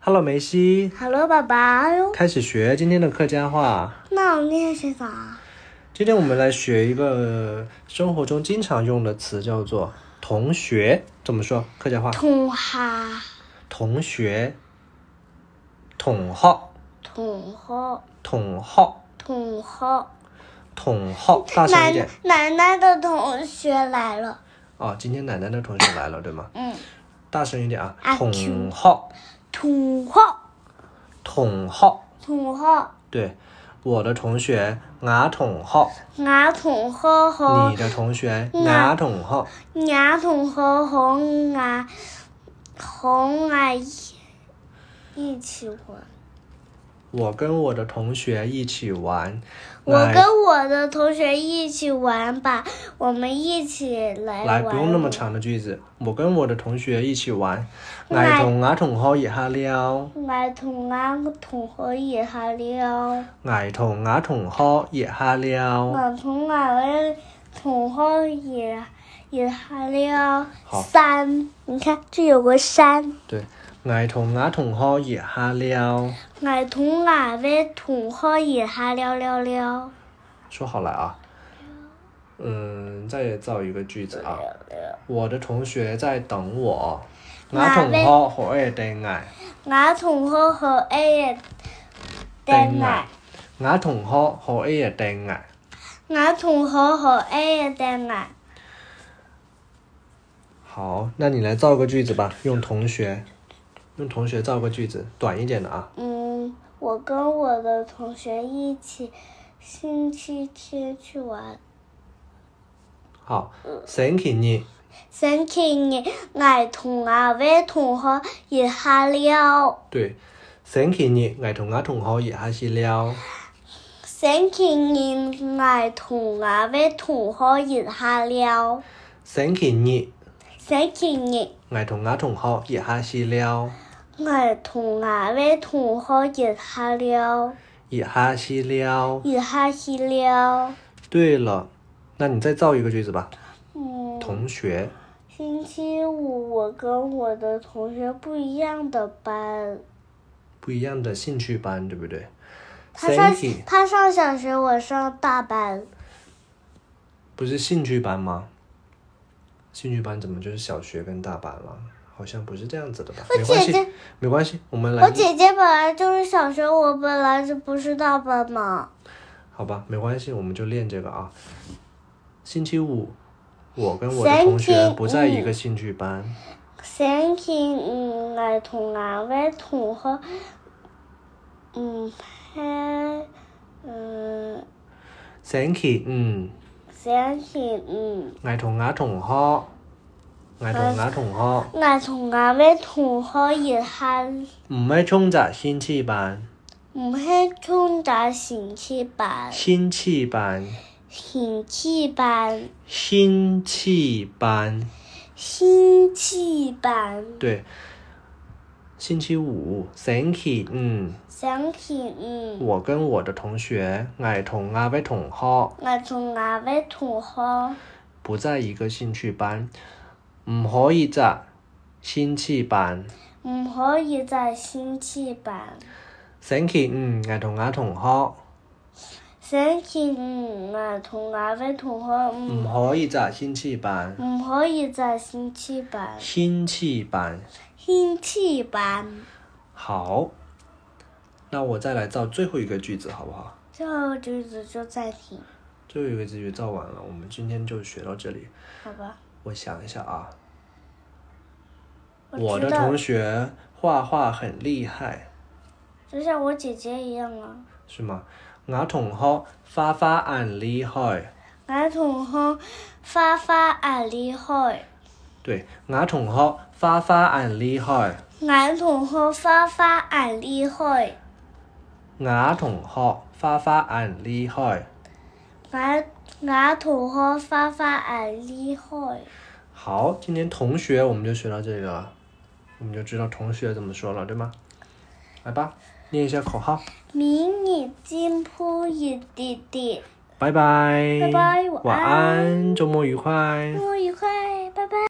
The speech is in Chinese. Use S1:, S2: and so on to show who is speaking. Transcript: S1: Hello，梅西，
S2: Hello，爸爸。哎呦，
S1: 开始学今天的客家话。
S2: 那我们今天学啥？
S1: 今天我们来学一个生活中经常用的词，叫做“同学”。怎么说？客家话？
S2: 同哈
S1: 同学，统号，
S2: 同好
S1: 统号，
S2: 同好。
S1: 统号，大声一
S2: 奶
S1: 点
S2: 奶奶的同学来了。
S1: 啊！今天奶奶的同学来了，对吗？
S2: 嗯，
S1: 大声一点啊！
S2: 阿 Q
S1: 统号，
S2: 同好
S1: 统号，
S2: 同好，
S1: 对，我的同学俺统号，
S2: 俺同好和
S1: 你的同学
S2: 嗯
S1: 俺统号。
S2: 俺同好和俺和俺一一起玩。
S1: 我跟我的同学一起玩，
S2: 我
S1: 来
S2: 跟我的同学一起玩吧，我们一起来
S1: 来
S2: 玩。
S1: 不用那么长的句子。我跟我的同学一起玩，
S2: 来
S1: 俺同俺同学一下了，
S2: 俺同俺同学一下了。
S1: 俺同俺同学一下了。
S2: 我从俺们同号也也还了
S1: 好
S2: 山，你看这有个山。
S1: 对，俺同俺同学一下了。
S2: 俺同俺们同号也还了了了
S1: 说好了啊，嗯，再造一个句子啊。
S2: 了。
S1: 我的同学在等我，俺
S2: 哪
S1: 同
S2: 位
S1: 学好爱等俺，
S2: 俺同号和俺也等俺，
S1: 俺同学好爱等俺。
S2: 俺同号和俺也等俺。
S1: 好，那你来造个句子吧，用同学，用同学造个句子，短一点的啊。
S2: 嗯，我跟我的同学一起星期天去玩。
S1: 好，星期日，
S2: 星期日，俺同俺位同学也还了。
S1: 对，星期日，我同我同学一下去了。
S2: 星期日爱同俺位同学一下了。
S1: 星期日，
S2: 星期日
S1: 我同我同学一下去了，
S2: 爱同俺位同学一下了，
S1: 一下去了。
S2: 一下去了。
S1: 对了，那你再造一个句子吧。
S2: 嗯，
S1: 同学，
S2: 星期五我跟我的同学不一样的班，
S1: 不一样的兴趣班，对不对？
S2: 他
S1: 星
S2: 上
S1: 期
S2: 他上小学，我上大班。
S1: 不是兴趣班吗？兴趣班怎么就是小学跟大班了？好像不是这样子的吧？没关
S2: 姐
S1: 系
S2: 姐，，
S1: 没关系，我们来
S2: 我姐姐本来就是小学，我本来就不是大班嘛。
S1: 好吧，没关系，我们就练这个啊。星期五，我跟我
S2: 星
S1: 的
S2: 期
S1: 同学不在一
S2: 五
S1: 个兴趣班，
S2: 星期五我同俺位同学，嗯，拍，嗯，
S1: 星期五，
S2: 星期五
S1: 我同我同学，我同我同学
S2: 我同俺位同学一下，
S1: 唔系冲着兴趣班，
S2: 唔系冲着兴趣班，
S1: 兴趣班，
S2: 兴趣班，
S1: 兴趣班，
S2: 兴趣班，
S1: 对。星期五，星期嗯五，
S2: 星期五
S1: 我跟我的同学，我同我位同学
S2: 我同俺位同学
S1: 不在一个兴趣班，唔可以咋兴趣班。
S2: 唔可以在兴趣班。
S1: 星期五，我嗯同我同學
S2: 星期五我同俺位同学唔。
S1: 唔可以咋興趣班，
S2: 唔嗯可以在星期班、
S1: 興趣班。
S2: 兴趣班，
S1: 好，那我再來造最後一個句子，好不好？
S2: 最后句子就暂停，
S1: 最後一個句子造完了，我們今天就學到這裡。
S2: 好吧？
S1: 我想一下啊，
S2: 我
S1: 我
S2: 知
S1: 的
S2: 道
S1: 同，学畫畫很厲害，
S2: 就像我姐姐一样啊。
S1: 是嗎？我同學畫畫很厲害，
S2: 俺同学花花俺厉害，
S1: 對，我同學畫畫很厲害，
S2: 俺同学花花俺厉害，
S1: 我同學畫畫很厲害。
S2: 俺俺同学花花俺厉害。
S1: 好，今天同学我们就学到这里了，我们就知道同学怎么说了，对吗？来吧，念一下口号，
S2: 明日金铺一滴滴，
S1: 拜拜，
S2: 拜拜晚
S1: 晚安，周末愉快。嗯
S2: 祝我愉快，拜拜。